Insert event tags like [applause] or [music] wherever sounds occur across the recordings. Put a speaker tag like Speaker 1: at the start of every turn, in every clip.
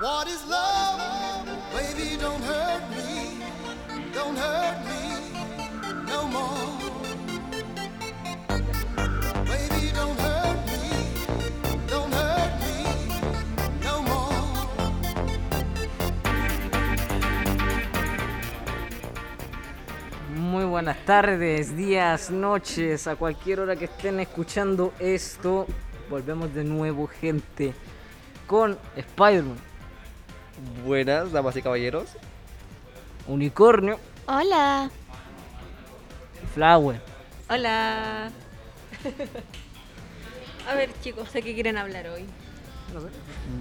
Speaker 1: What is love? Baby, don't hurt me. Don't hurt me no more. Baby, don't hurt me. Don't hurt me no more.
Speaker 2: Muy buenas tardes, días, noches, a cualquier hora que estén escuchando esto. Volvemos de nuevo, gente, con Spider-Man,
Speaker 3: Buenas, damas y caballeros.
Speaker 2: Unicornio,
Speaker 4: Hola.
Speaker 2: Flower.
Speaker 4: Hola. [laughs] A ver, chicos, ¿de qué quieren hablar hoy?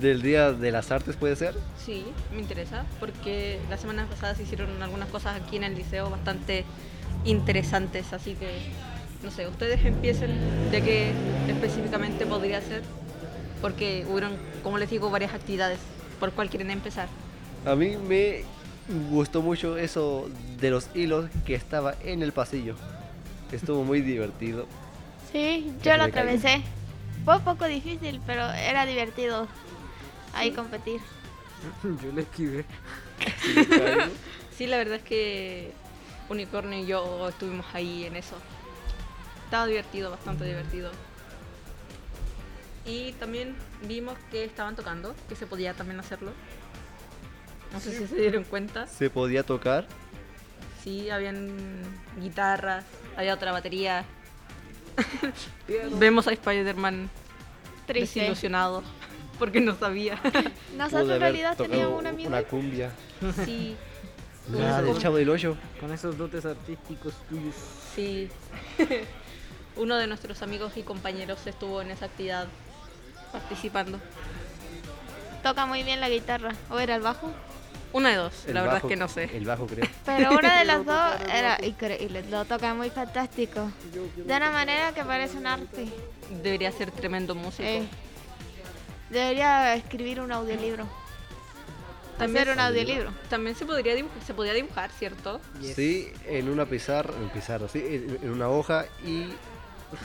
Speaker 3: Del Día de las Artes puede ser.
Speaker 4: Sí, me interesa, porque las semanas pasadas se hicieron algunas cosas aquí en el liceo bastante interesantes, así que, no sé, ustedes empiecen de qué específicamente podría ser, porque hubieron, como les digo, varias actividades. ¿Por cuál quieren empezar?
Speaker 3: A mí me gustó mucho eso de los hilos que estaba en el pasillo. Estuvo muy divertido. [laughs]
Speaker 5: Sí,
Speaker 3: Que
Speaker 5: yo
Speaker 3: se
Speaker 5: lo
Speaker 3: le caiga.
Speaker 5: atravesé. Fue un poco difícil, pero era divertido ahí competir.
Speaker 2: [laughs] Yo le esquivé.
Speaker 4: Sí, la verdad es que Unicornio y yo estuvimos ahí en eso. Estaba divertido, bastante divertido. Y también vimos que estaban tocando, que se podía también hacerlo. No sé si se dieron cuenta.
Speaker 3: Se podía tocar.
Speaker 4: Sí, habían guitarras, había otra batería. Vemos a Spider-Man
Speaker 5: Triste.
Speaker 4: desilusionado porque no sabía.
Speaker 5: Nosotros
Speaker 3: Pude
Speaker 5: en
Speaker 3: haber
Speaker 5: realidad
Speaker 3: tocado
Speaker 5: teníamos un amigo.
Speaker 3: Una cumbia.
Speaker 4: Sí.
Speaker 3: La del Chavo del Ocho.
Speaker 2: Con esos dotes artísticos tuyos.
Speaker 4: Sí. [laughs] Uno de nuestros amigos y compañeros estuvo en esa actividad participando.
Speaker 5: Toca muy bien la guitarra. O era el bajo.
Speaker 4: Una de dos,
Speaker 3: El
Speaker 4: la verdad
Speaker 3: bajo,
Speaker 4: es que no sé.
Speaker 3: El bajo, [laughs] creo.
Speaker 5: Pero una de las dos era increíble. Lo toca muy fantástico. De una manera que parece un arte.
Speaker 4: Debería ser tremendo músico.
Speaker 5: Eh, debería escribir un audiolibro. Hacer un audiolibro.
Speaker 4: También se podría dibujar, se podía dibujar, ¿cierto?
Speaker 2: Yes.
Speaker 3: Sí, en una pizarra, en pizarra, sí, en, en una hoja y,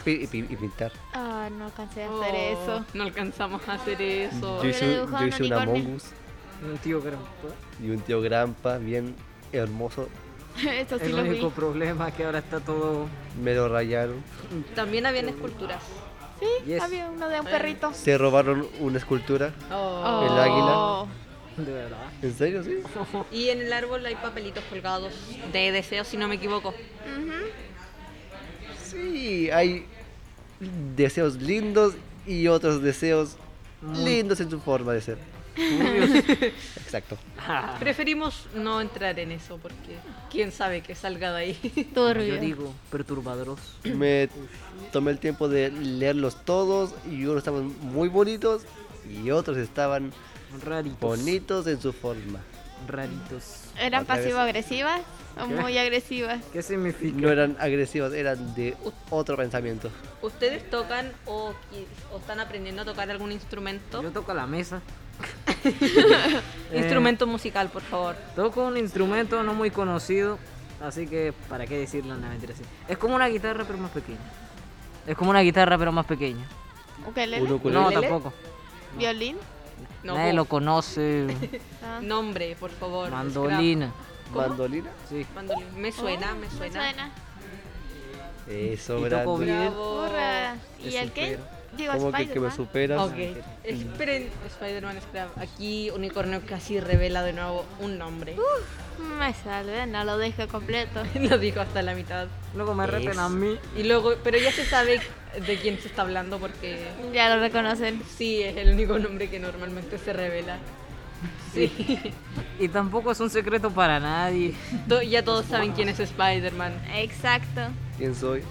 Speaker 3: pi- y pi- y pintar.
Speaker 5: Ah, no alcancé a
Speaker 4: Oh,
Speaker 5: hacer eso. [laughs]
Speaker 4: No alcanzamos a hacer eso.
Speaker 3: Yo
Speaker 5: Hubiera
Speaker 3: hice,
Speaker 5: dibujado
Speaker 3: yo
Speaker 5: un
Speaker 3: hice una
Speaker 5: unicornio.
Speaker 3: mongus
Speaker 2: Un tío que era un-
Speaker 3: y un tío Grampa bien hermoso.
Speaker 5: eso sí
Speaker 2: El
Speaker 5: lo
Speaker 2: único
Speaker 5: vi.
Speaker 2: problema es que ahora está todo.
Speaker 3: Me lo rayaron.
Speaker 4: También habían esculturas.
Speaker 5: Sí,
Speaker 2: Yes.
Speaker 5: había uno de un perrito.
Speaker 3: Se robaron una escultura.
Speaker 5: Oh.
Speaker 3: El [laughs] águila.
Speaker 2: De verdad. [laughs]
Speaker 3: ¿En serio? Sí.
Speaker 4: Y en el árbol hay papelitos colgados de deseos, si no me equivoco.
Speaker 3: Sí, hay deseos lindos y otros deseos lindos en su forma de ser. Exacto.
Speaker 4: Preferimos no entrar en eso porque quién sabe que salga de ahí.
Speaker 2: Yo
Speaker 5: Turbio.
Speaker 2: digo, perturbadoros.
Speaker 3: Me tomé el tiempo de leerlos todos y unos estaban muy bonitos y otros estaban
Speaker 2: Raritos.
Speaker 3: bonitos en su forma.
Speaker 2: Raritos.
Speaker 5: ¿Eran
Speaker 3: Otra vez.
Speaker 5: pasivo-agresivas o
Speaker 2: ¿Qué?
Speaker 5: muy agresivas?
Speaker 2: ¿Qué significa?
Speaker 3: No eran agresivos, eran de otro pensamiento.
Speaker 4: ¿Ustedes tocan o, qui- o están aprendiendo a tocar algún instrumento?
Speaker 2: Yo toco la mesa. Eh,
Speaker 4: Instrumento musical, por favor.
Speaker 2: Toco un instrumento no muy conocido, así que para qué decirlo, no mentira. sí. Es como una guitarra pero más pequeña. Es como una guitarra pero más pequeña.
Speaker 5: ¿Ukelele?
Speaker 3: Un
Speaker 2: No,
Speaker 3: ukulele.
Speaker 2: tampoco.
Speaker 5: ¿Violín?
Speaker 4: No,
Speaker 2: Nadie
Speaker 4: po-
Speaker 2: lo
Speaker 4: [laughs]
Speaker 2: conoce.
Speaker 5: Ah.
Speaker 4: Mm, Nombre, por favor.
Speaker 2: Mandolina.
Speaker 4: ¿Cómo?
Speaker 3: mandolina.
Speaker 2: Sí.
Speaker 4: Scrap. Mandolina.
Speaker 5: Oh,
Speaker 4: Me suena, Oh, me suena.
Speaker 3: Eso,
Speaker 2: Y
Speaker 3: Brandon.
Speaker 2: toco bien.
Speaker 4: Bravo.
Speaker 5: Hurra. ¿Y
Speaker 2: Te
Speaker 5: el qué?
Speaker 2: supero.
Speaker 5: Digo,
Speaker 3: Como que, que me
Speaker 5: Spider-Man.
Speaker 3: superas.
Speaker 4: Ok. Esperen, Spider-Man Scrap. Aquí Unicornio casi revela de nuevo un nombre. [laughs]
Speaker 5: Me salve, no lo dejo completo. [laughs]
Speaker 4: Lo dijo hasta la mitad.
Speaker 2: Luego me reten a mí.
Speaker 4: Y luego, pero ya se sabe de quién se está hablando porque
Speaker 5: Ya lo reconocen.
Speaker 4: sí, es el único nombre que normalmente se revela. Sí.
Speaker 2: Y tampoco es un secreto para nadie.
Speaker 4: To- ya todos saben quién es Spider-Man.
Speaker 5: Exacto.
Speaker 3: ¿Quién soy?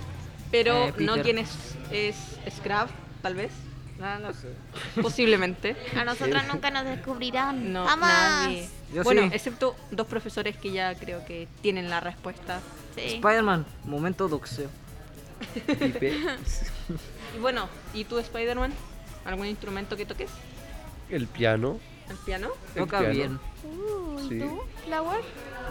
Speaker 4: Pero
Speaker 2: Eh,
Speaker 4: no
Speaker 2: Peter.
Speaker 4: quién es, es Scrap, tal vez.
Speaker 2: No, no sé.
Speaker 4: [laughs] Posiblemente.
Speaker 5: A nosotros nunca nos descubrirán.
Speaker 4: No,
Speaker 5: Jamás.
Speaker 4: nadie.
Speaker 2: Yo
Speaker 4: bueno,
Speaker 2: sí.
Speaker 4: excepto dos profesores que ya creo que tienen la respuesta.
Speaker 5: Sí.
Speaker 2: Spider-Man, momento doxeo.
Speaker 3: Y pe-
Speaker 4: [laughs] Y bueno, ¿y tú, Spider-Man? ¿Algún instrumento que toques?
Speaker 3: El piano.
Speaker 4: ¿El piano?
Speaker 3: El
Speaker 2: Toca
Speaker 3: piano.
Speaker 2: bien.
Speaker 5: Uh, ¿Y
Speaker 3: Sí.
Speaker 5: tú, Flower?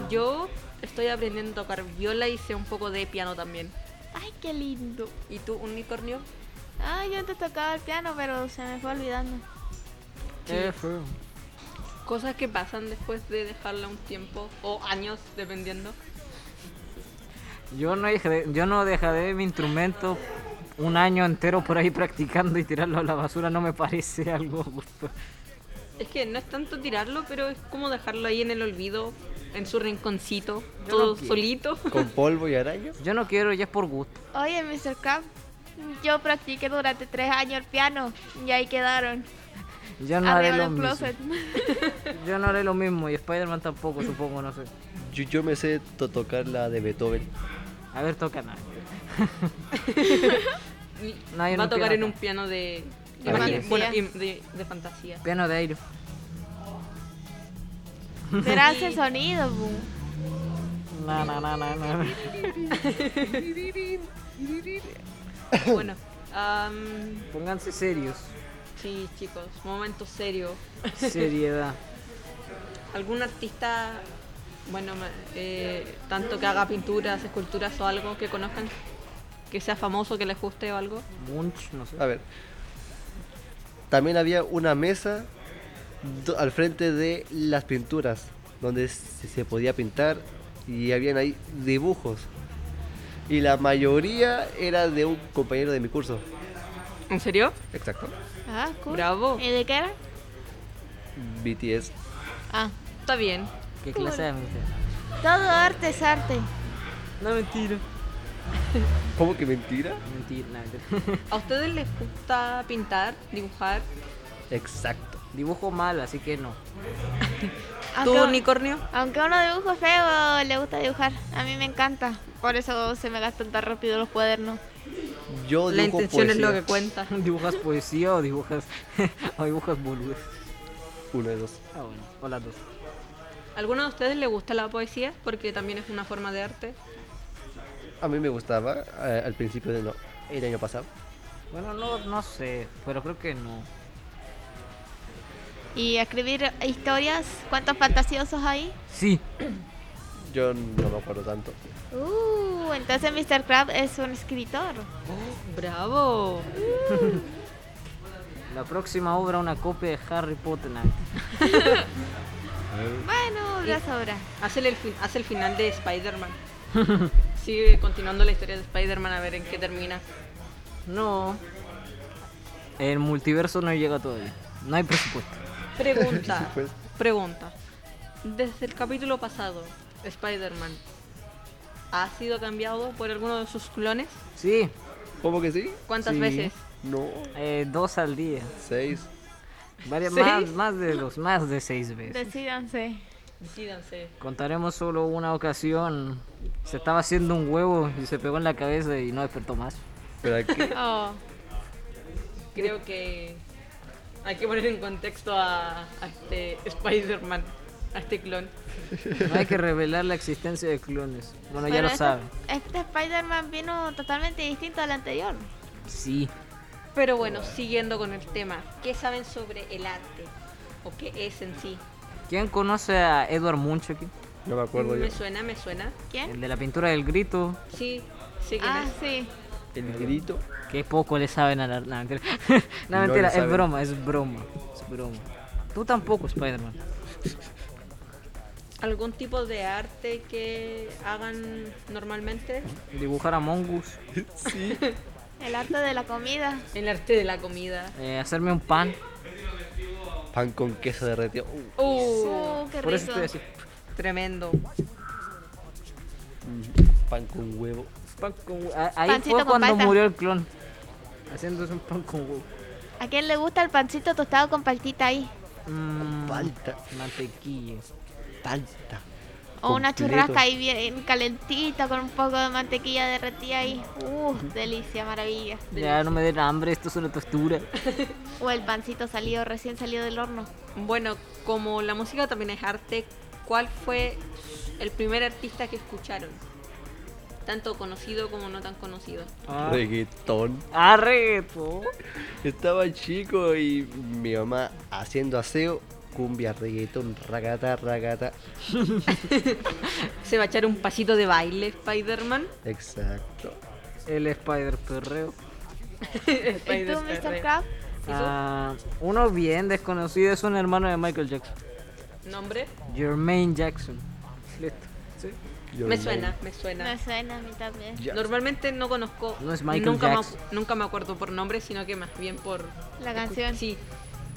Speaker 4: Yo estoy aprendiendo a tocar viola y sé un poco de piano también.
Speaker 5: Ay, qué lindo.
Speaker 4: ¿Y tú, unicornio?
Speaker 5: Ay, yo antes tocaba el piano, pero se me fue olvidando.
Speaker 2: Eh, feo.
Speaker 4: cosas que pasan después de dejarla un tiempo o años, dependiendo.
Speaker 2: Yo no, dejaré, yo no dejaré mi instrumento un año entero por ahí practicando y tirarlo a la basura no me parece algo justo.
Speaker 4: Es que no es tanto tirarlo, pero es como dejarlo ahí en el olvido, en su rinconcito,
Speaker 2: no
Speaker 4: todo
Speaker 2: quiero.
Speaker 4: solito.
Speaker 3: Con polvo y araña.
Speaker 2: Yo no quiero, ya es por gusto.
Speaker 5: Oye, Mr. Cap, yo practiqué durante tres años el piano y ahí quedaron.
Speaker 2: Yo no haré
Speaker 5: arriba
Speaker 2: lo mismo.
Speaker 5: del closet.
Speaker 2: Yo no haré lo mismo y Spider-Man tampoco, supongo, no sé.
Speaker 3: Yo, yo me sé to- tocar la de Beethoven.
Speaker 2: A ver, toca nada.
Speaker 4: [laughs] Y
Speaker 2: No, yo
Speaker 4: va
Speaker 2: no
Speaker 4: a tocar
Speaker 2: quiero
Speaker 4: en
Speaker 2: acá.
Speaker 4: un piano de,
Speaker 3: De
Speaker 4: imagina-
Speaker 3: fantasía.
Speaker 4: bueno, im- de- de fantasía.
Speaker 2: [coughs] Piano de aire.
Speaker 5: [laughs] Verás el sonido, bu.
Speaker 2: Na, na, na, na, na.
Speaker 4: Bueno, am,
Speaker 2: Pónganse serios.
Speaker 4: sí, chicos, momento serio.
Speaker 2: Seriedad.
Speaker 4: ¿Algún artista, bueno, ma- eh, tanto que haga pinturas, esculturas o algo que conozcan, que sea famoso, que les guste o algo?
Speaker 2: Munch, no sé.
Speaker 3: A ver. También había una mesa do- al frente de las pinturas, donde se se podía pintar y habían ahí dibujos. Y la mayoría era de un compañero de mi curso.
Speaker 4: ¿En serio?
Speaker 3: Exacto.
Speaker 5: Ah, cool.
Speaker 4: Bravo.
Speaker 5: ¿Y de qué era?
Speaker 3: BTS.
Speaker 5: Ah,
Speaker 4: Está bien.
Speaker 2: ¿Qué clase de mentira?
Speaker 5: todo arte es arte.
Speaker 2: No, mentira.
Speaker 3: ¿Cómo que mentira?
Speaker 2: Mentira, no, mentira.
Speaker 4: ¿A ustedes les gusta pintar, dibujar?
Speaker 3: Exacto.
Speaker 2: Dibujo mal, así que no. [laughs]
Speaker 4: ¿Tú,
Speaker 5: Aunque,
Speaker 4: unicornio?
Speaker 5: aunque a uno dibujo feo, le gusta dibujar. A mí me encanta. Por eso se me gastan tan rápido los cuadernos.
Speaker 3: Yo
Speaker 4: La
Speaker 3: dibujo
Speaker 4: intención es lo que
Speaker 3: poesía.
Speaker 4: cuenta.
Speaker 2: ¿Dibujas poesía o dibujas, [laughs] o dibujas boludes?
Speaker 3: Uno de dos.
Speaker 2: Ah, bueno, o las dos.
Speaker 4: ¿Alguno de ustedes le gusta la poesía? Porque también es una forma de arte.
Speaker 3: A mí me gustaba eh, al principio de no, el año pasado.
Speaker 2: Bueno, no, no sé, pero creo que no.
Speaker 5: Y escribir historias, ¿cuántos fantasiosos hay?
Speaker 2: Sí,
Speaker 3: Yo no me acuerdo tanto.
Speaker 5: Uh, entonces Mr. Crab es un escritor.
Speaker 4: ¡Bravo!
Speaker 2: la próxima obra una copia de Harry Potter. nah.
Speaker 5: Bueno, obra sobra.
Speaker 4: Hace el, fin- hace el final de Spider-Man. Sigue continuando la historia de Spider-Man a ver en qué termina.
Speaker 2: No. El multiverso no llega todavía. No hay presupuesto.
Speaker 4: Pregunta.
Speaker 3: Pues,
Speaker 4: Pregunta. Desde el capítulo pasado, Spider-Man, ¿ha sido cambiado por alguno de sus clones?
Speaker 2: Sí,
Speaker 3: ¿Cómo que sí?
Speaker 4: ¿Cuántas
Speaker 2: Sí.
Speaker 4: veces?
Speaker 3: No.
Speaker 2: eh, dos al día.
Speaker 3: Seis.
Speaker 2: Varias,
Speaker 4: ¿Sí?
Speaker 2: más, más de dos, más de seis veces.
Speaker 5: Decídanse.
Speaker 4: Decídanse.
Speaker 2: Contaremos solo una ocasión. Se estaba haciendo un huevo y se pegó en la cabeza y no despertó más.
Speaker 3: Pero aquí
Speaker 5: Oh,
Speaker 4: Creo que hay que poner en contexto a, a este Spider-Man, a este clon.
Speaker 2: No hay que revelar la existencia de clones. Bueno, ya
Speaker 5: pero
Speaker 2: lo
Speaker 5: este-
Speaker 2: saben.
Speaker 5: Este Spider-Man vino totalmente distinto al anterior.
Speaker 2: Sí.
Speaker 4: Pero bueno, siguiendo con el tema, ¿qué saben sobre el arte? ¿O qué es en sí?
Speaker 2: ¿Quién conoce a Edward Munch aquí?
Speaker 3: no me acuerdo
Speaker 4: [laughs]
Speaker 3: yo.
Speaker 4: ¿Me suena? ¿Me suena?
Speaker 5: ¿Quién?
Speaker 2: El de la pintura del grito.
Speaker 4: Sí, sí, ¿quién
Speaker 5: Ah,
Speaker 4: es?
Speaker 5: sí.
Speaker 3: El grito.
Speaker 2: Que poco le saben a la... No, mentira, [laughs] No,
Speaker 3: No
Speaker 2: mentira,
Speaker 3: le
Speaker 2: es
Speaker 3: saben.
Speaker 2: broma, es broma. Es broma. Tú tampoco, Spider-Man.
Speaker 4: ¿Algún tipo de arte que hagan normalmente?
Speaker 2: eh, Dibujar a Mongoose.
Speaker 5: El arte de la comida.
Speaker 4: El arte de la comida.
Speaker 2: eh, hacerme un pan.
Speaker 3: Pan con queso derretido. Uh,
Speaker 4: ¡Uh!
Speaker 5: Uh, qué
Speaker 2: Por eso
Speaker 5: rico.
Speaker 2: estoy así.
Speaker 4: Tremendo.
Speaker 3: pan con huevo.
Speaker 2: Pan con hue- a- Ahí
Speaker 5: Pancito
Speaker 2: fue
Speaker 5: con
Speaker 2: cuando
Speaker 5: palta.
Speaker 2: murió el clon. Haciéndose un pan con huevo.
Speaker 5: ¿A quién le gusta el pancito tostado con paltita ahí?
Speaker 2: Mm,
Speaker 3: Palta.
Speaker 2: Mantequilla.
Speaker 3: Palta.
Speaker 5: O una
Speaker 3: Completo.
Speaker 5: churrasca ahí bien calentita con un poco de mantequilla derretida ahí. Uh, delicia, maravilla.
Speaker 2: Ya no me den hambre, esto es una tostura.
Speaker 5: O el pancito salido, recién salido del horno.
Speaker 4: Bueno, como la música también es arte, ¿cuál fue el primer artista que escucharon? Tanto conocido como no tan conocido.
Speaker 2: Ah,
Speaker 3: Reggaetón.
Speaker 2: Arreto.
Speaker 3: Estaba chico y mi mamá haciendo aseo. Cumbia, reggaetón, ragata, ragata.
Speaker 4: ¿Se va a echar un pasito de baile, Spider-Man?
Speaker 3: Exacto.
Speaker 2: El Spider Perreo.
Speaker 5: ¿Y tú, Mr. Crab?
Speaker 2: Ah, uno bien desconocido es un hermano de Michael Jackson.
Speaker 4: ¿Nombre?
Speaker 2: Jermaine Jackson. Listo. Sí.
Speaker 4: Me suena, me suena.
Speaker 5: Me suena a mí también.
Speaker 3: Ya.
Speaker 4: Normalmente no conozco.
Speaker 2: No es Michael
Speaker 4: nunca, me,
Speaker 2: Jackson.
Speaker 4: acu- nunca me acuerdo por nombre, sino que más bien por.
Speaker 5: La canción.
Speaker 4: Sí.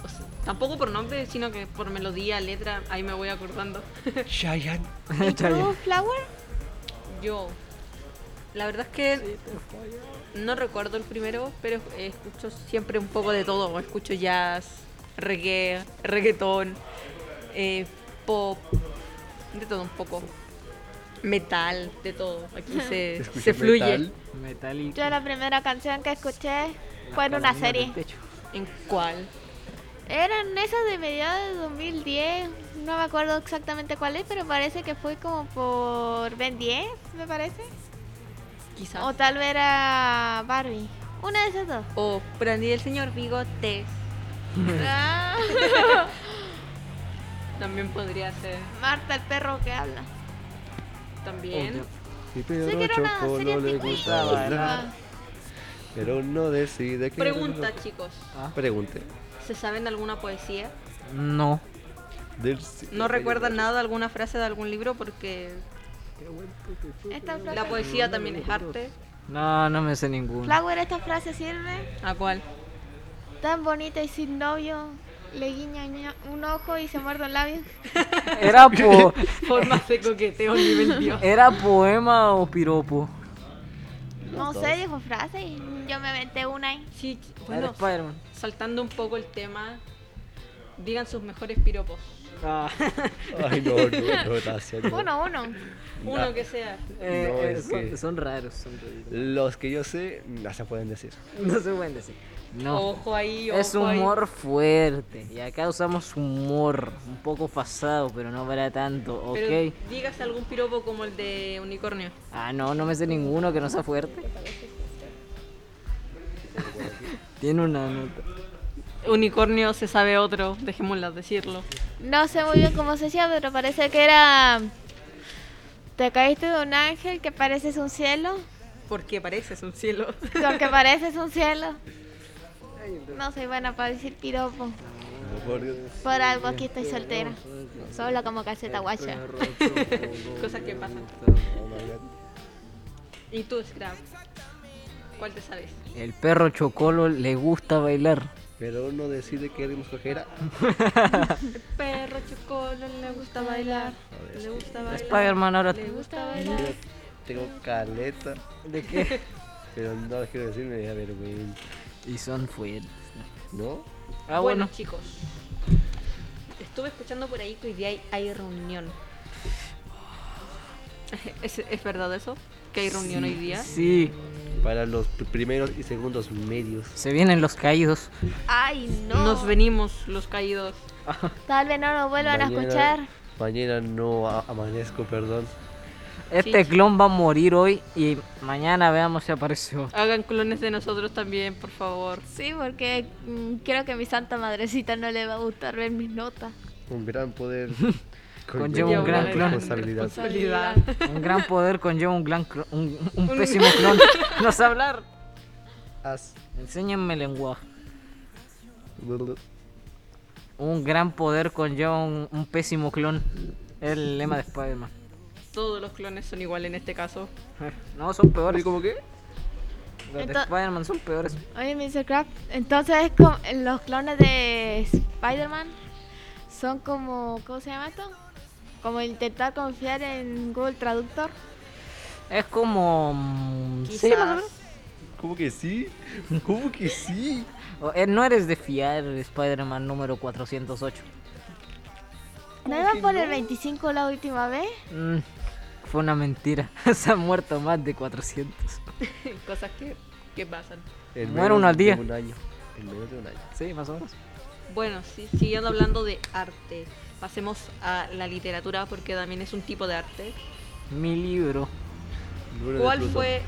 Speaker 4: O sea, tampoco por nombre, sino que por melodía, letra, ahí me voy acordando.
Speaker 3: Cheyenne.
Speaker 2: [laughs]
Speaker 5: ¿Y
Speaker 2: Está bien.
Speaker 5: tú, Uh, Flower?
Speaker 4: Yo. La verdad es que. No recuerdo el primero, pero eh, escucho siempre un poco de todo. Escucho jazz, reggae, reggaetón, eh, pop, de todo un poco. Metal, de todo. Aquí se,
Speaker 3: Escuchas
Speaker 4: se fluye.
Speaker 3: metal.
Speaker 2: Metallica.
Speaker 5: Yo la primera canción que escuché fue en
Speaker 2: Las
Speaker 5: una
Speaker 2: palomitas
Speaker 5: serie.
Speaker 2: del techo.
Speaker 4: ¿En cuál?
Speaker 5: Eran esas de mediados de 2010, no me acuerdo exactamente cuál es, pero parece que fue como por Ben 10, me parece.
Speaker 4: Quizás.
Speaker 5: O tal vez era Barbie. Una de esas dos.
Speaker 4: O Brandy del Señor Bigotes.
Speaker 5: Ah,
Speaker 4: También podría ser.
Speaker 5: [laughs] Marta, el perro que habla.
Speaker 4: También.
Speaker 2: Oh,
Speaker 3: Y Pedro
Speaker 5: Sí, que era una
Speaker 3: Chocolo le
Speaker 5: serie ficticia.
Speaker 3: gustaba
Speaker 2: Ah,
Speaker 3: hablar, pero no decide que...
Speaker 4: Pregunta, chicos.
Speaker 2: Ah.
Speaker 3: Pregunte.
Speaker 4: ¿Se saben alguna poesía?
Speaker 2: No.
Speaker 3: Del-
Speaker 4: ¿No recuerdan nada, alguna frase de algún libro? Porque
Speaker 5: Esta frase-
Speaker 4: la poesía también es arte.
Speaker 2: No, no me sé ninguno.
Speaker 5: Flower, esta frase sirve.
Speaker 4: ¿A cuál? [laughs]
Speaker 5: Tan bonita y sin novio, le guiña ña- un ojo y se muerde un labio.
Speaker 2: Era, po-
Speaker 4: Formas de coqueteo nivel Dios.
Speaker 2: era poema o piropo.
Speaker 5: No sé, dijo frase y yo me inventé una ahí.
Speaker 4: Sí,
Speaker 2: Era
Speaker 4: bueno,
Speaker 2: Spider-Man.
Speaker 4: saltando un poco el tema, digan sus mejores piropos.
Speaker 2: Ah,
Speaker 3: Ay, no, no, no, gracias. no.
Speaker 5: Uno, uno.
Speaker 4: Uno que sea.
Speaker 2: [laughs] eh,
Speaker 3: No,
Speaker 2: eh,
Speaker 3: es
Speaker 2: son,
Speaker 3: que-
Speaker 2: son raros, son raros.
Speaker 3: Los que yo sé, no se pueden decir.
Speaker 2: No se pueden decir. No.
Speaker 4: Ojo ahí, ojo
Speaker 2: Es humor fuerte. Y acá usamos humor un poco pasado, pero no para tanto,
Speaker 4: ahí.
Speaker 2: ¿ok?
Speaker 4: Pero dígase algún piropo como el de unicornio.
Speaker 2: Ah, no, no me sé ninguno que no sea fuerte. [laughs] Tiene una nota.
Speaker 4: Unicornio se sabe otro, dejémosla decirlo.
Speaker 5: No sé muy bien cómo se llama, pero parece que era. Te caíste de un ángel que pareces un cielo.
Speaker 4: Porque pareces un cielo.
Speaker 5: Porque pareces un cielo. No soy buena para decir piropo.
Speaker 3: Por Dios.
Speaker 5: Por algo aquí estoy soltera. Solo como calceta guacha. [laughs]
Speaker 4: Cosas que pasan.
Speaker 3: Oh,
Speaker 4: ¿Y tú, Scrap? ¿Cuál te sabes?
Speaker 2: El perro chocolo le gusta bailar.
Speaker 3: Pero uno decide que ritmos cojera.
Speaker 4: Perro chocolo, le gusta bailar. Le gusta bailar.
Speaker 2: Spider-Man ahora.
Speaker 4: Le gusta bailar.
Speaker 3: Tengo caleta,
Speaker 2: ¿De qué?
Speaker 3: pero no las quiero decir, me da vergüenza.
Speaker 2: Y son fuertes.
Speaker 3: ¿No?
Speaker 2: Ah,
Speaker 4: bueno,
Speaker 2: bueno.
Speaker 4: chicos. Estuve escuchando por ahí que hoy día hay, hay reunión. [laughs] ¿Es, es verdad eso? ¿Que hay reunión hoy día?
Speaker 2: Sí,
Speaker 3: Para los pr- primeros y segundos medios.
Speaker 2: se vienen los caídos.
Speaker 5: Ay, no.
Speaker 4: Nos venimos los caídos.
Speaker 5: Tal vez no nos vuelvan a
Speaker 3: Mañana-
Speaker 5: escuchar.
Speaker 3: Mañana no a- amanezco, perdón.
Speaker 2: Este
Speaker 4: Sí.
Speaker 2: clon va a morir hoy y mañana veamos si apareció.
Speaker 4: Hagan clones de nosotros también, por favor.
Speaker 5: Sí, porque mm, creo que mi santa madrecita no le va a gustar ver mis notas.
Speaker 3: Un gran [laughs] poder.
Speaker 2: Conlleva un gran
Speaker 4: una
Speaker 2: clon.
Speaker 3: responsabilidad.
Speaker 4: Responsabilidad.
Speaker 2: Un gran poder conlleva un, gran clo- un, un pésimo clon. No sé hablar.
Speaker 3: As-
Speaker 2: Enséñenme lenguaje. Un gran poder conlleva un, un pésimo clon. Es el lema de Spider-Man.
Speaker 4: Todos los clones son igual en este caso.
Speaker 2: No, son peores.
Speaker 3: ¿Cómo qué?
Speaker 2: Los de
Speaker 5: Ento-
Speaker 2: Spider-Man son peores.
Speaker 5: Oye, Mr. Crab, entonces co- los clones de Spider-Man son como. ¿Cómo se llama esto? Como intentar confiar en Google Traductor.
Speaker 2: Es como. mm, sí, más o
Speaker 4: Quizás.
Speaker 2: menos.
Speaker 3: ¿Cómo que sí? ¿Cómo que sí?
Speaker 2: O- eh, no eres de fiar, Spider-Man número 408.
Speaker 5: ¿No iba por el 25 la última vez?
Speaker 2: Mm, fue una mentira. [laughs] Se han muerto más de 400.
Speaker 4: [laughs] Cosas que, que pasan.
Speaker 3: En
Speaker 2: Muere uno al
Speaker 3: de
Speaker 2: día.
Speaker 3: Un año. En menos de un año.
Speaker 2: Sí, más o menos.
Speaker 4: Bueno, sí, siguiendo hablando de arte, pasemos a la literatura porque también es un tipo de arte.
Speaker 2: Mi libro.
Speaker 3: Número de
Speaker 4: ¿Cuál
Speaker 3: Plutón.
Speaker 4: fue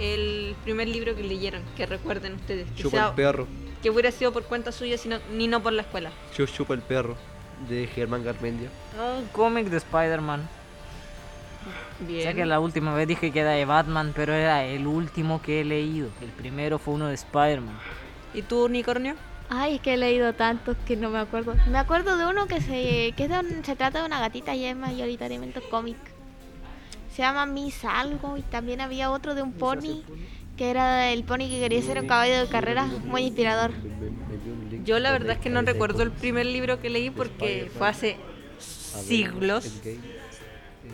Speaker 4: el primer libro que leyeron, que recuerden ustedes? Que,
Speaker 3: Chupa
Speaker 4: sea-
Speaker 3: el perro.
Speaker 4: que hubiera sido por cuenta suya sino, ni no por la escuela.
Speaker 3: Yo chupa el perro. De Germán Garmendia.
Speaker 4: Oh,
Speaker 2: Un cómic de Spider-Man.
Speaker 4: Bien.
Speaker 2: Sé que la última vez dije que era de Batman, pero era el último que he leído. El primero fue uno de Spider-Man.
Speaker 4: ¿Y tú, unicornio?
Speaker 5: Ay, es que he leído tantos que no me acuerdo. Me acuerdo de uno que se que es de un- se trata de una gatita y es mayoritariamente cómic. Se llama Miss algo y también había otro de un pony que era el pony que quería ser un caballo de carrera, muy inspirador.
Speaker 4: Yo la verdad es que no recuerdo el primer libro que leí porque fue hace siglos
Speaker 3: eh,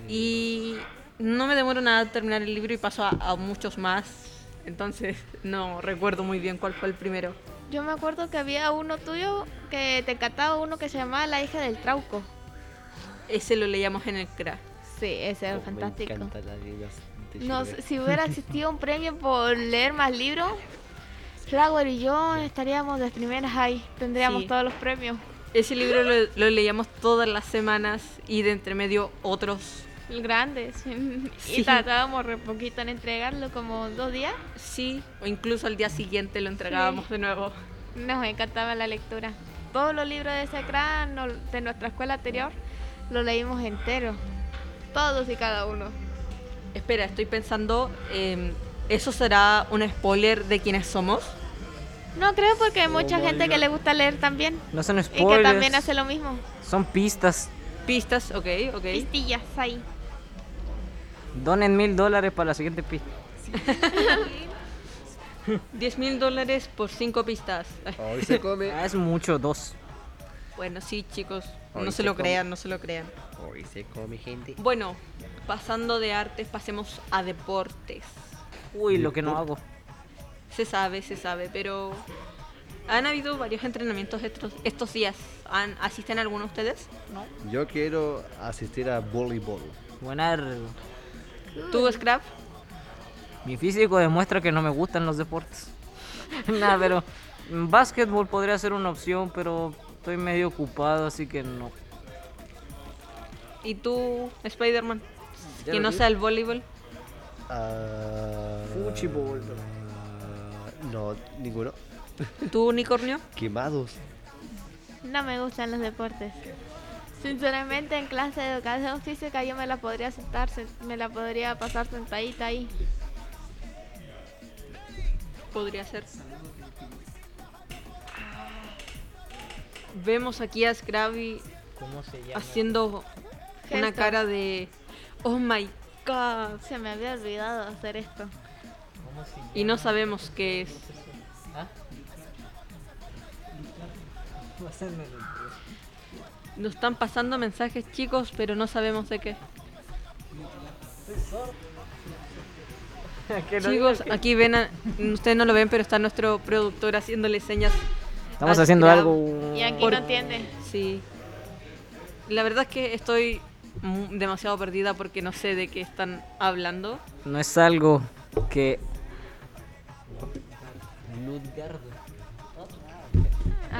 Speaker 4: y no me demoro nada en terminar el libro y paso a, a muchos más. Entonces no recuerdo muy bien cuál fue el primero.
Speaker 5: Yo me acuerdo que había uno tuyo que te encantaba uno que se llamaba La hija del trauco.
Speaker 4: Ese lo leíamos en el CRA.
Speaker 5: Sí, ese era fantástico.
Speaker 3: oh, Me encantan las niñas de
Speaker 5: No,
Speaker 3: Chile.
Speaker 5: sé, si hubiera existido un premio por leer más libros, Flower y yo estaríamos de primeras ahí. Tendríamos
Speaker 4: Sí.
Speaker 5: todos los premios.
Speaker 4: Ese libro lo, lo leíamos todas las semanas y de entre medio otros.
Speaker 5: Grandes.
Speaker 4: Sí.
Speaker 5: Y tratábamos re poquito en entregarlo, como dos días.
Speaker 4: Sí, o incluso al día siguiente lo entregábamos de nuevo.
Speaker 5: Nos encantaba la lectura. Todos los libros de Sacra no- de nuestra escuela anterior los leímos enteros. Todos y cada uno.
Speaker 4: Espera, estoy pensando, eh, ¿eso será un spoiler de quiénes somos?
Speaker 5: No creo porque hay mucha gente que le gusta leer también.
Speaker 2: No son
Speaker 5: Y
Speaker 2: spoilers.
Speaker 5: que también hace lo mismo.
Speaker 2: Son pistas.
Speaker 4: Pistas, ok, ok.
Speaker 5: Pistillas ahí.
Speaker 2: Donen mil dólares para la siguiente pista.
Speaker 4: 10 mil dólares por 5 pistas. Ay,
Speaker 3: Hoy se come.
Speaker 5: [laughs]
Speaker 2: Ah, es mucho, dos.
Speaker 4: Bueno, sí, chicos,
Speaker 3: Ay,
Speaker 4: no se
Speaker 3: qué
Speaker 4: lo
Speaker 3: com-
Speaker 4: crean, no se lo crean.
Speaker 3: Hoy se come, gente.
Speaker 4: Bueno, pasando de artes, pasemos a deportes.
Speaker 2: Uy, lo que no hago.
Speaker 4: Se sabe, se sabe, pero han habido varios entrenamientos estos, estos días. ¿Han, ¿Asisten alguno de ustedes? No.
Speaker 3: Yo quiero asistir a voleibol.
Speaker 2: Buenar. Mm.
Speaker 4: ¿Tú, Scrap?
Speaker 2: Mi físico demuestra que no me gustan los deportes. [laughs] Nada, pero mm, básquetbol podría ser una opción, pero estoy medio ocupado, así que no.
Speaker 4: ¿Y tú, Spider-Man?
Speaker 2: Ya
Speaker 4: Que
Speaker 2: lo
Speaker 4: no
Speaker 2: dije.
Speaker 4: sea el voleibol.
Speaker 3: Ah,
Speaker 2: Fuchibol.
Speaker 3: ah, No, ninguno.
Speaker 4: ¿Tú, Unicornio?
Speaker 3: Quemados.
Speaker 5: No me gustan los deportes. Sinceramente, en clase de educación física yo me la podría sentar, sen- me la podría pasar sentadita ahí.
Speaker 4: Podría ser. Vemos aquí a Scrappy
Speaker 2: ¿Cómo se llama?
Speaker 4: haciendo una
Speaker 5: Gestos.
Speaker 4: cara de oh my god
Speaker 5: Se me había olvidado hacer esto.
Speaker 4: y no sabemos qué es.
Speaker 3: ¿Ah?
Speaker 4: Nos están pasando mensajes chicos, pero no sabemos de qué. Chicos, aquí ven, a- ustedes no lo ven, pero está nuestro productor haciéndole señas.
Speaker 2: Estamos
Speaker 4: al
Speaker 2: haciendo
Speaker 4: Scrap.
Speaker 2: algo.
Speaker 5: Y aquí
Speaker 4: Por-
Speaker 5: no entiende.
Speaker 4: Sí. La verdad es que estoy mu- demasiado perdida porque no sé de qué están hablando.
Speaker 2: No es algo que.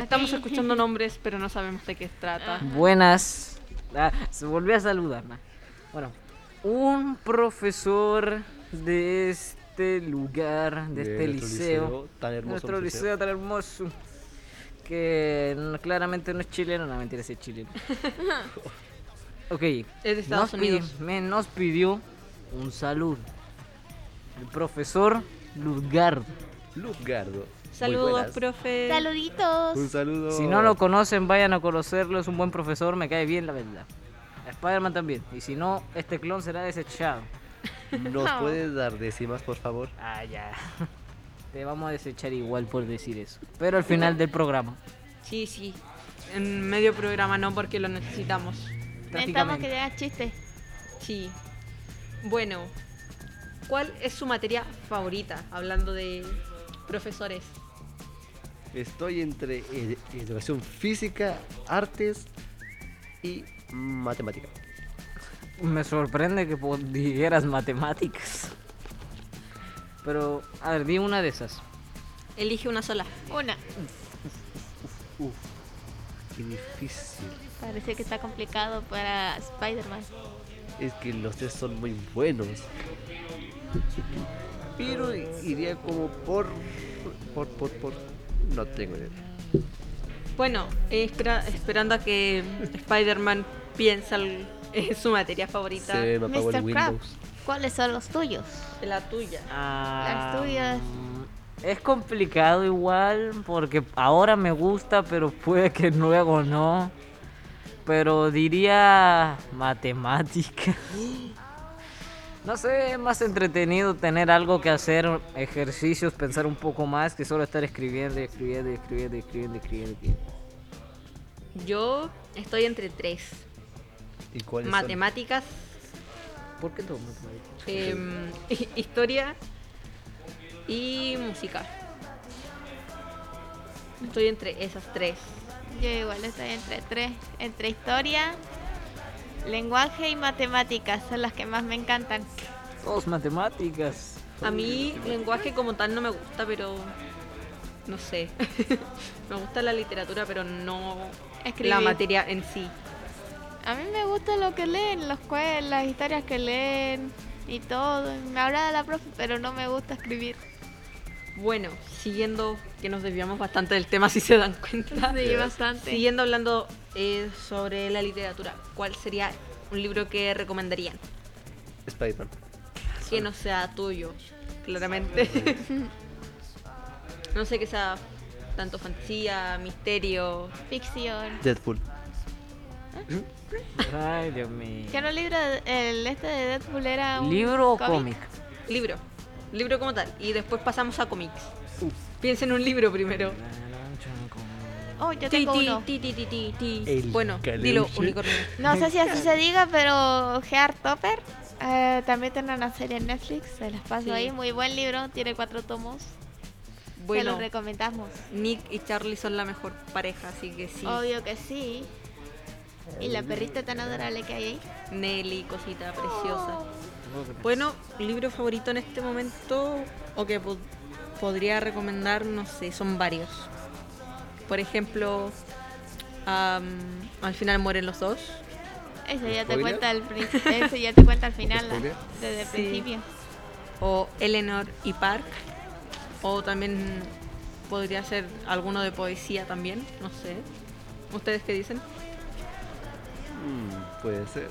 Speaker 4: Estamos escuchando nombres, pero no sabemos de qué trata.
Speaker 2: Buenas. Ah, se volvió a saludar. ma. Bueno, un profesor de este lugar, de, este
Speaker 3: nuestro
Speaker 2: liceo,
Speaker 3: Tan hermoso.
Speaker 2: nuestro
Speaker 3: liceo.
Speaker 2: liceo tan hermoso, que no- claramente no es chileno, no mentira, sí es
Speaker 5: [laughs]
Speaker 2: chileno. ok,
Speaker 4: Es de Estados
Speaker 2: nos pi-
Speaker 4: Unidos.
Speaker 2: me- nos pidió un saludo. El profesor Luzgardo.
Speaker 3: Luzgardo. Muy
Speaker 4: Saludos,
Speaker 3: buenas.
Speaker 4: profe.
Speaker 3: Un
Speaker 5: Saluditos.
Speaker 3: saludo.
Speaker 2: Si no
Speaker 4: Oh.
Speaker 2: lo conocen, vayan a conocerlo. Es un buen profesor, me cae bien, la verdad. A Spider-Man también. Y si no, este clon será desechado.
Speaker 3: ¿Nos puede dar décimas, por favor?
Speaker 2: Ah, ya. [laughs] Te vamos a desechar igual por decir eso. Pero al final del programa.
Speaker 4: Sí, sí. En medio programa no, porque lo necesitamos.
Speaker 5: Necesitamos que
Speaker 2: Prácticamente.
Speaker 5: digas chistes.
Speaker 4: Sí. Bueno, ¿cuál es su materia favorita? Hablando de profesores.
Speaker 3: Estoy entre ed- educación física, artes y matemática.
Speaker 2: Me sorprende que po- dijeras matemáticas. Pero, a ver, di una de esas.
Speaker 4: Elige una sola.
Speaker 5: Una.
Speaker 3: Uf, qué difícil.
Speaker 5: Parece que está complicado para Spider-Man.
Speaker 3: Es que los tres son muy buenos. Pero iría como por. por, por, por. No tengo idea.
Speaker 4: Bueno, espera- esperando a que Spider-Man piensa el- en su materia favorita.
Speaker 3: Se me apagó el
Speaker 5: Mr. Crab,
Speaker 3: Windows.
Speaker 5: ¿cuáles son los tuyos?
Speaker 4: La tuya.
Speaker 2: Ah,
Speaker 5: Las tuyas.
Speaker 2: mm, Es complicado igual porque ahora me gusta, pero puede que luego no. Pero diría matemática. No sé, es más entretenido tener algo que hacer, ejercicios, pensar un poco más que solo estar escribiendo, y escribiendo, y escribiendo, y escribiendo, y escribiendo. y escribiendo.
Speaker 4: Yo estoy entre tres.
Speaker 3: ¿Y cuáles son?
Speaker 4: Matemáticas,
Speaker 2: ¿Por qué todo matemática?
Speaker 4: em, [laughs] historia y música. Estoy entre esas tres.
Speaker 5: Yo igual estoy entre tres, entre historia, lenguaje y matemáticas, son las que más me encantan.
Speaker 2: Todos matemáticas.
Speaker 4: A mí lenguaje como tal no me gusta, pero no sé. [laughs] me gusta la literatura, pero no la
Speaker 5: Escribir.
Speaker 4: materia en sí.
Speaker 5: A mí me gusta lo que leen, los cue- las historias que leen y todo. Me agrada la profe, pero no me gusta escribir.
Speaker 4: Bueno, siguiendo que nos desviamos bastante del tema [laughs] si se dan cuenta.
Speaker 5: Sí, bastante.
Speaker 4: Siguiendo hablando eh, sobre la literatura, ¿cuál sería un libro que recomendarían?
Speaker 3: Spider-Man.
Speaker 4: Que no sea tuyo, claramente. [laughs] no sé que sea tanto fantasía, misterio.
Speaker 5: Ficción.
Speaker 3: Deadpool.
Speaker 2: Ay, Dios mío.
Speaker 5: Que no libro de- el este de Deadpool era un
Speaker 2: ¿Libro o cómic?
Speaker 4: Libro. Libro como tal. Y después pasamos a cómics. Piensa en un libro primero.
Speaker 5: Oh,
Speaker 4: Ti,
Speaker 5: yo tengo
Speaker 4: ti,
Speaker 5: uno.
Speaker 4: ti, ti, ti, ti, ti.
Speaker 3: El
Speaker 4: Bueno,
Speaker 3: caleuche.
Speaker 4: dilo, unicornio.
Speaker 5: No sé si así se diga, pero Gear Topper eh, también tiene una serie en Netflix. Se las paso
Speaker 4: Sí.
Speaker 5: ahí. Muy buen libro, tiene cuatro tomos. Se
Speaker 4: Bueno,
Speaker 5: los recomendamos.
Speaker 4: Nick y Charlie son la mejor pareja, así que sí.
Speaker 5: Obvio que sí. Y la perrita tan adorable que hay ahí.
Speaker 4: Nelly, cosita preciosa.
Speaker 5: Oh.
Speaker 4: Bueno, libro favorito en este momento o que po- podría recomendar, no sé, son varios. Por ejemplo, am, al final mueren los dos.
Speaker 5: Eso ya te
Speaker 3: ¿Spoiler?
Speaker 5: cuenta al [laughs] principio. Eso ya te cuenta al final, la-
Speaker 3: ¿Spoiler?
Speaker 5: desde el
Speaker 4: Sí.
Speaker 5: principio.
Speaker 4: O Eleanor y Park. O también podría ser alguno de poesía también, no sé. ¿Ustedes qué dicen? [laughs]
Speaker 3: Mm, puede ser.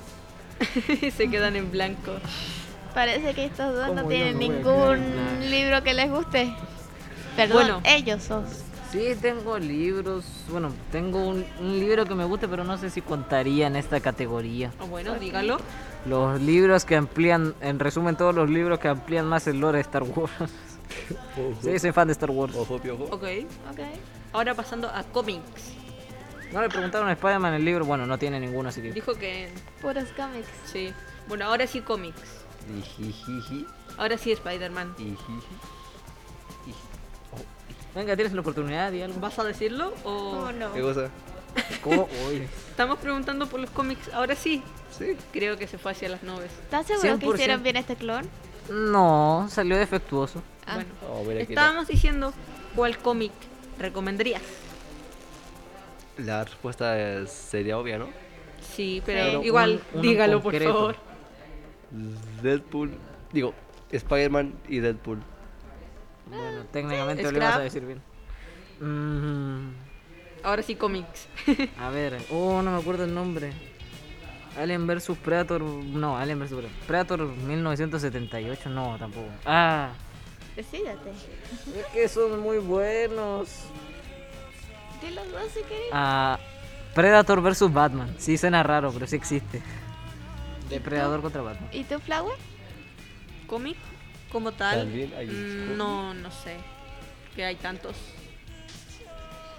Speaker 4: Se quedan en blanco.
Speaker 5: Parece que estos dos no
Speaker 2: ¿Cómo yo
Speaker 5: tienen
Speaker 2: no voy a querer
Speaker 5: ningún
Speaker 2: hablar?
Speaker 5: libro que les guste. Perdón,
Speaker 4: Bueno.
Speaker 5: ellos sos.
Speaker 2: Sí, tengo libros. Bueno, tengo un, un libro que me gusta, pero no sé si contaría en esta categoría.
Speaker 4: O Ah, bueno, dígalo.
Speaker 2: Los libros que amplían, en resumen, todos los libros que amplían más el lore de Star Wars. [laughs]
Speaker 3: Ojo.
Speaker 2: Sí, soy fan de Star Wars.
Speaker 3: Ojo, piojo.
Speaker 4: Ok.
Speaker 5: Ok.
Speaker 4: Ahora pasando a cómics.
Speaker 2: No le preguntaron a Spider-Man el libro, bueno, no tiene ninguno, así que.
Speaker 4: Dijo que
Speaker 5: Puros cómics.
Speaker 4: sí. Bueno, ahora sí cómics.
Speaker 3: Ijijiji,
Speaker 4: Ahora sí Spider-Man.
Speaker 3: ijiji.
Speaker 2: Venga, tienes la oportunidad y algo.
Speaker 4: ¿Vas a decirlo o
Speaker 5: ¿Cómo no?
Speaker 3: ¿Qué cosa? [laughs]
Speaker 2: ¿Cómo? Uy.
Speaker 4: estamos preguntando por los cómics? Ahora sí.
Speaker 3: Sí.
Speaker 4: Creo que se fue hacia las nubes.
Speaker 5: ¿Estás seguro que
Speaker 2: 100%.
Speaker 5: hicieron bien este clon?
Speaker 2: No, salió defectuoso.
Speaker 5: Ah.
Speaker 4: Bueno,
Speaker 3: Oh, mira que la,
Speaker 4: estábamos diciendo cuál cómic recomendarías.
Speaker 3: la respuesta es- sería obvia, ¿no?
Speaker 4: Sí, pero
Speaker 5: Pero
Speaker 4: igual
Speaker 2: un- uno en
Speaker 4: dígalo por
Speaker 2: concreto.
Speaker 4: favor.
Speaker 3: Deadpool. Digo, Spider-Man y Deadpool.
Speaker 2: Bueno, técnicamente lo
Speaker 4: Scrap.
Speaker 2: ibas a decir bien. Mm,
Speaker 4: Ahora sí cómics.
Speaker 2: a ver, oh, no me acuerdo el nombre. Alien vs Predator. No, Alien vs Predator. Predator 1978, no, tampoco. Ah,
Speaker 5: Decídate.
Speaker 2: es que son muy buenos.
Speaker 5: De los dos si querés.
Speaker 2: Ah, Predator vs Batman. Sí, suena raro, pero sí existe. Depredador contra Batman.
Speaker 5: ¿Y tú,
Speaker 2: [laughs]
Speaker 5: Flower?
Speaker 4: ¿Cómic? Como tal.
Speaker 3: También hay
Speaker 4: mm, no, no sé. Que hay tantos.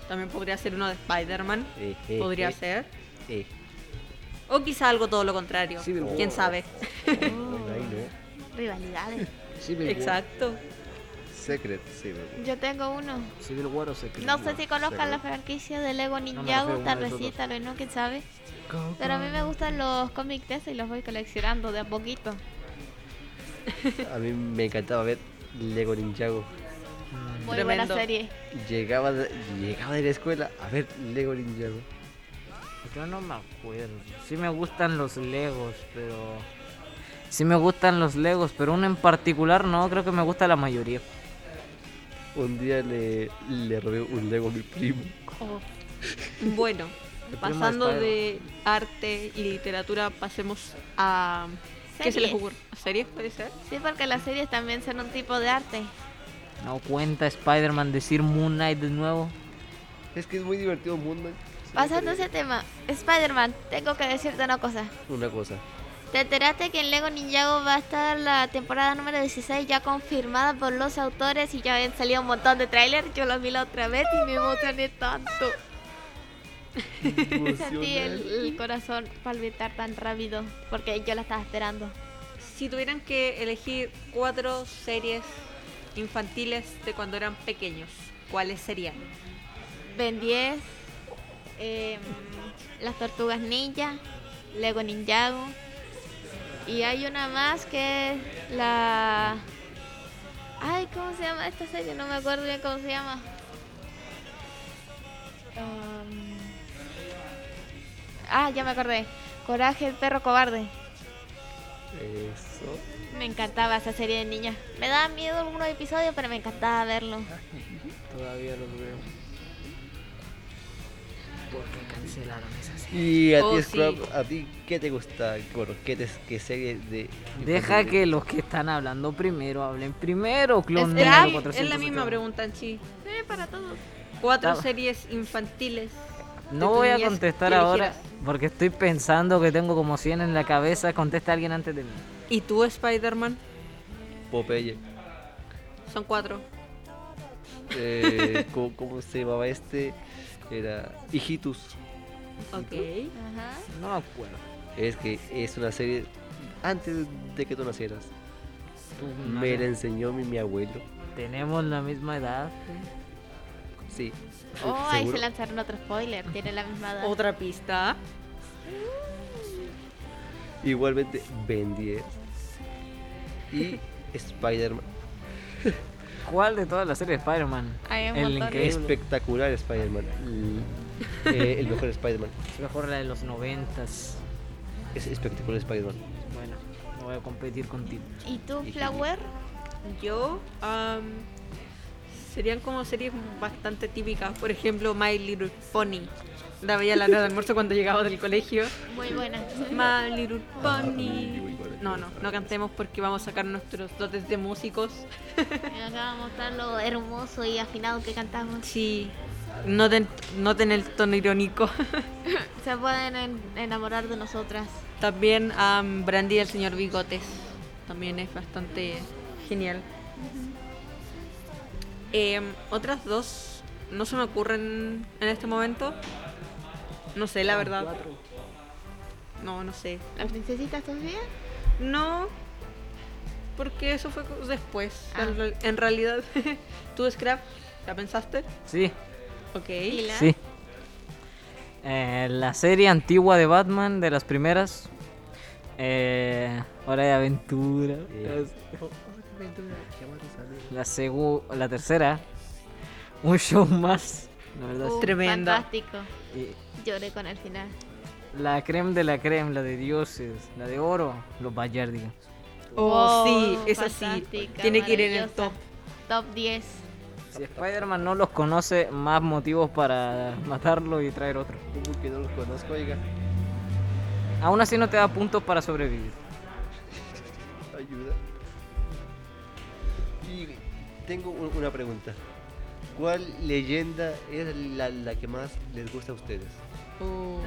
Speaker 4: También podría ser uno de Spider-Man.
Speaker 3: Eh, eh,
Speaker 4: podría
Speaker 3: eh,
Speaker 4: ser.
Speaker 3: eh.
Speaker 4: O quizá algo todo lo contrario.
Speaker 3: Civil War.
Speaker 4: ¿Quién sabe?
Speaker 3: Bueno, ahí no. ¿eh?
Speaker 2: ¿eh?
Speaker 5: Rivalidades.
Speaker 4: Exacto.
Speaker 3: Secret, sí, me
Speaker 5: Yo tengo uno.
Speaker 2: Civil War o Secret
Speaker 5: No
Speaker 2: War.
Speaker 5: sé si conozcan la franquicia de Lego
Speaker 2: refiero
Speaker 5: Ninjago,
Speaker 2: a
Speaker 5: tal
Speaker 2: uno de
Speaker 5: vez
Speaker 2: esos
Speaker 5: sí,
Speaker 2: dos.
Speaker 5: tal vez no, quién sabe. Pero a mí me gustan los cómics de ese y los voy coleccionando de a poquito.
Speaker 3: A mí me encantaba ver Lego Ninjago.
Speaker 2: Mm,
Speaker 5: Muy buena
Speaker 4: Tremendo.
Speaker 5: serie.
Speaker 3: Llegaba de, llegaba de la escuela a ver Lego Ninjago.
Speaker 2: Yo no me acuerdo. Sí me gustan los Legos, pero. Sí me gustan los Legos, pero uno en particular no, creo que me gusta la mayoría.
Speaker 3: Un día le, le robé un Lego a mi primo.
Speaker 4: Bueno,
Speaker 2: El primo de
Speaker 4: pasando
Speaker 2: Spider-Man.
Speaker 4: de arte y literatura, pasemos a... ¿Qué se les
Speaker 5: Series.
Speaker 4: ocurre? ¿Series puede ser?
Speaker 5: Sí, porque las series también son un tipo de arte.
Speaker 2: No cuenta Spider-Man decir Moon Knight de nuevo.
Speaker 3: Es que es muy divertido Moon Knight.
Speaker 5: Pasando ese tema, Spider-Man, tengo que decirte una cosa.
Speaker 3: Una
Speaker 4: [laughs]
Speaker 3: cosa.
Speaker 5: ¿Te enteraste que en Lego Ninjago va a estar la temporada número 16 ya confirmada por los autores y ya habían salido un montón de trailers? Yo los vi la otra vez y me emocioné tanto. Sentí el, el corazón palpitar tan rápido porque yo la estaba esperando.
Speaker 4: Si tuvieran que elegir cuatro series infantiles de cuando eran pequeños, ¿cuáles serían?
Speaker 5: Ben 10, em, Las Tortugas Ninja, Lego Ninjago. Y hay una más que es la. Ay, ¿cómo se llama esta serie? No me acuerdo bien cómo se llama. Um, Ah, ya me acordé. Coraje, el perro cobarde.
Speaker 3: Eso.
Speaker 5: Me encantaba esa serie de niñas. Me daba miedo algunos episodios, pero me encantaba verlo.
Speaker 3: Todavía lo veo.
Speaker 2: Porque cancelaron esa serie.
Speaker 3: Y a
Speaker 4: Oh,
Speaker 3: ti,
Speaker 4: sí.
Speaker 3: Scrub, ¿a ti qué te gusta? Bueno, ¿qué, te- qué serie de.?
Speaker 2: Deja
Speaker 3: infantil?
Speaker 2: que los que están hablando primero hablen primero,
Speaker 4: Es,
Speaker 2: clon
Speaker 4: es
Speaker 2: Negro
Speaker 4: la- es
Speaker 2: 471.
Speaker 4: la misma pregunta en sí.
Speaker 5: Sí, para todos.
Speaker 4: Cuatro
Speaker 2: Estaba.
Speaker 4: series infantiles.
Speaker 2: No
Speaker 4: de tu
Speaker 2: voy a
Speaker 4: niñez
Speaker 2: contestar
Speaker 4: que
Speaker 2: ahora
Speaker 4: eligieras.
Speaker 2: porque estoy pensando que tengo como 100 en la cabeza. Contesta alguien antes de mí.
Speaker 4: ¿Y tú, Spider-Man?
Speaker 3: Popeye.
Speaker 4: Son cuatro.
Speaker 3: [laughs] Eh, ¿cómo, cómo se llamaba este? Era. Hijitus.
Speaker 4: Ok.
Speaker 5: Ajá.
Speaker 2: No me acuerdo.
Speaker 3: Es que es una serie. Antes de que tú nacieras.
Speaker 2: Tú, no
Speaker 3: Me
Speaker 2: sé.
Speaker 3: la enseñó mi, mi abuelo.
Speaker 2: Tenemos la misma edad.
Speaker 3: Sí.
Speaker 5: Oh, ahí se
Speaker 3: [laughs] seguro.
Speaker 5: lanzaron otro spoiler. Tiene la misma edad.
Speaker 4: Otra pista.
Speaker 3: Igualmente Ben 10.
Speaker 4: [laughs]
Speaker 3: Y Spider-Man.
Speaker 2: ¿Cuál de todas las series de Spider-Man?
Speaker 5: Hay un
Speaker 2: El
Speaker 5: montón.
Speaker 2: increíble.
Speaker 3: Espectacular Spider-Man. L- eh, el mejor Spider-Man.
Speaker 2: Mejor la de los noventas.
Speaker 3: Es espectacular Spider-Man.
Speaker 2: Bueno, no voy a competir contigo.
Speaker 5: ¿Y tú, Flower?
Speaker 4: Yo. am, serían como series bastante típicas. Por ejemplo, My Little Pony. La veía a la hora de almuerzo cuando llegaba del colegio. [laughs]
Speaker 5: Muy buena.
Speaker 4: My Little Pony. No, no, no cantemos porque vamos a sacar nuestros dotes de músicos.
Speaker 5: Acá de mostrar lo hermoso y afinado que cantamos.
Speaker 4: Sí. Noten, noten el tono irónico. [laughs]
Speaker 5: Se pueden en- enamorar de nosotras.
Speaker 4: También a Brandy y el señor Bigotes. También es bastante genial. Em, otras dos no se me ocurren en este momento. No sé, la verdad. No, no sé.
Speaker 5: ¿La princesita Sofía?
Speaker 4: No, porque eso fue co- después.
Speaker 5: Ah.
Speaker 4: En real- En realidad, [laughs] tú, Scrap, ¿la pensaste?
Speaker 2: Sí,
Speaker 4: Ok.
Speaker 5: Y la-
Speaker 2: sí. Eh, la serie antigua de Batman, de las primeras. Eh, Hora de Aventura. La, segu- la tercera. Un show más. La verdad.
Speaker 5: Uh,
Speaker 4: Tremenda.
Speaker 5: Fantástico.
Speaker 2: Y
Speaker 5: Lloré con el final.
Speaker 2: la creme de la creme, la de dioses, la de oro, los Bayardigans.
Speaker 4: Oh,
Speaker 5: Wow,
Speaker 4: sí, es así.
Speaker 5: fantástica,
Speaker 4: Tiene que ir en el top.
Speaker 5: maravillosa. Top 10.
Speaker 2: Si Spider-Man no los conoce, más motivos para matarlo y traer otro.
Speaker 3: ¿Cómo que no los conozco, oiga?
Speaker 2: Aún así no te da puntos para sobrevivir.
Speaker 3: Ayuda. Y tengo u- una pregunta. ¿Cuál leyenda es la, la que más les gusta a ustedes?
Speaker 4: Oh,
Speaker 5: Uh,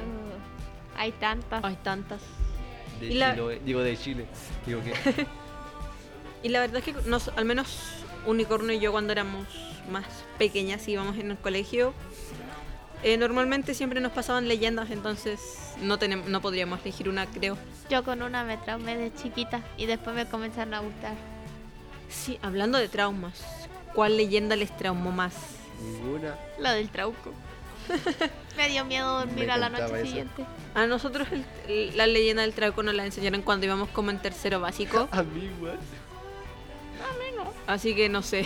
Speaker 5: hay tantas.
Speaker 4: Hay tantas.
Speaker 3: De
Speaker 4: Y la-
Speaker 3: Chiloé- digo de Chile. Digo que
Speaker 4: [laughs] Y la verdad es que nos, al menos Unicornio y yo cuando éramos más pequeñas y íbamos en el colegio, eh, normalmente siempre nos pasaban leyendas, entonces no, tenem- no podríamos elegir una, creo.
Speaker 5: Yo con una me traumé de chiquita y después me comenzaron a gustar.
Speaker 4: Sí, hablando de traumas, ¿cuál leyenda les traumó más?
Speaker 3: ninguna.
Speaker 5: Lo del
Speaker 3: [laughs]
Speaker 5: trauco. me dio miedo dormir
Speaker 3: Me
Speaker 5: a la
Speaker 3: encantaba
Speaker 5: noche
Speaker 3: eso.
Speaker 5: siguiente.
Speaker 4: A nosotros el- el- la leyenda del trauco nos la enseñaron cuando íbamos como en tercero básico,
Speaker 3: A mí igual.
Speaker 4: así que no sé.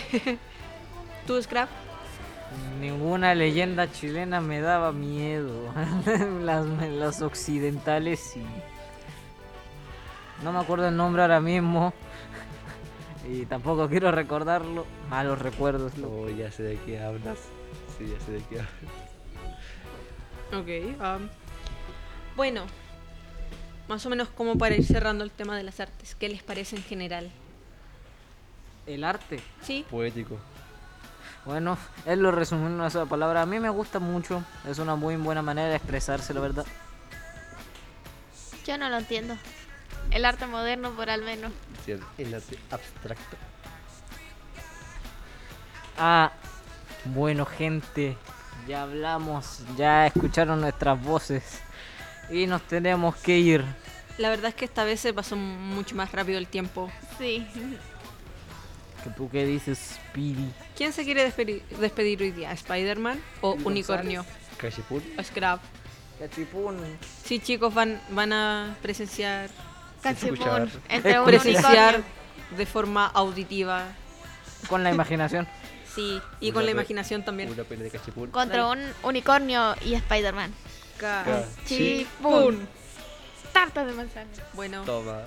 Speaker 4: [laughs] ¿Tú, Scrap?
Speaker 2: Ninguna leyenda chilena me daba miedo. [laughs] las, las occidentales sí. No me acuerdo el nombre ahora mismo. [laughs] y tampoco quiero recordarlo. Malos recuerdos. loco.
Speaker 3: Oh, ya sé de qué hablas. Sí, ya sé de qué hablas.
Speaker 4: Ok. am, bueno, más o menos como para ir cerrando el tema de las artes, ¿qué les parece en general?
Speaker 2: El arte.
Speaker 4: Sí,
Speaker 3: Poético.
Speaker 2: Bueno, él lo resumió en una sola palabra. A mí me gusta mucho. Es una muy buena manera de expresarse, la verdad.
Speaker 5: Yo no lo entiendo. El arte moderno, por al menos.
Speaker 3: Sí, el- el arte abstracto.
Speaker 2: Ah, bueno, gente. Ya hablamos, ya escucharon nuestras voces. Y nos tenemos que ir.
Speaker 4: La verdad es que esta vez se pasó mucho más rápido el tiempo.
Speaker 5: Sí.
Speaker 2: ¿Que ¿Tú qué dices, Speedy?
Speaker 4: ¿Quién se quiere despedi- despedir hoy día? ¿Spider-Man o Unicornio?
Speaker 3: Cachipul.
Speaker 4: ¿O Scrap?
Speaker 2: Cachipún.
Speaker 4: Sí, chicos, van, van a presenciar,
Speaker 5: Cachipún.
Speaker 3: escuchar.
Speaker 5: Entre un
Speaker 4: presenciar
Speaker 5: unicornio.
Speaker 4: de forma auditiva.
Speaker 2: Con la imaginación.
Speaker 4: Sí, y
Speaker 3: Una
Speaker 4: con la
Speaker 3: pe-
Speaker 4: imaginación también.
Speaker 3: Una pena de Cachipul.
Speaker 5: Contra un unicornio y Spider-Man.
Speaker 4: Ca-
Speaker 5: Cachipún. Tartas de manzana.
Speaker 4: Bueno,
Speaker 3: Toma.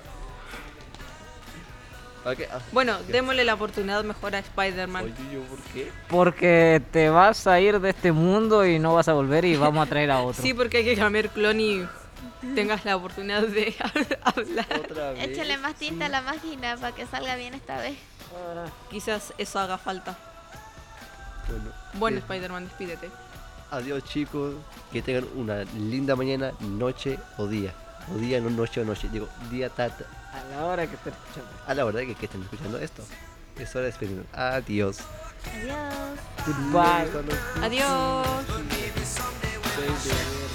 Speaker 3: Ok, ah,
Speaker 4: bueno, démosle la oportunidad mejor a Spider-Man.
Speaker 3: oye, yo, ¿por qué?
Speaker 2: Porque te vas a ir de este mundo y no vas a volver y vamos a traer a otro.
Speaker 4: Sí, porque hay que cambiar clon y tengas la oportunidad de [laughs] hablar.
Speaker 3: Otra vez.
Speaker 5: [laughs] Échale más tinta a la máquina para que salga bien esta vez.
Speaker 4: Quizás eso haga falta.
Speaker 3: Bueno,
Speaker 4: Bueno,
Speaker 3: eh,
Speaker 5: pues.
Speaker 4: Spider-Man, despídete.
Speaker 3: Adiós, chicos. Que tengan una linda mañana, noche o día. O día, no noche o noche. Digo, día tata.
Speaker 2: A la hora que te escuchando.
Speaker 3: A la verdad que, que estén escuchando esto. Es hora de despedirnos. Adiós.
Speaker 5: Adiós.
Speaker 2: Goodbye.
Speaker 4: Adiós.
Speaker 1: But maybe someday when I shine.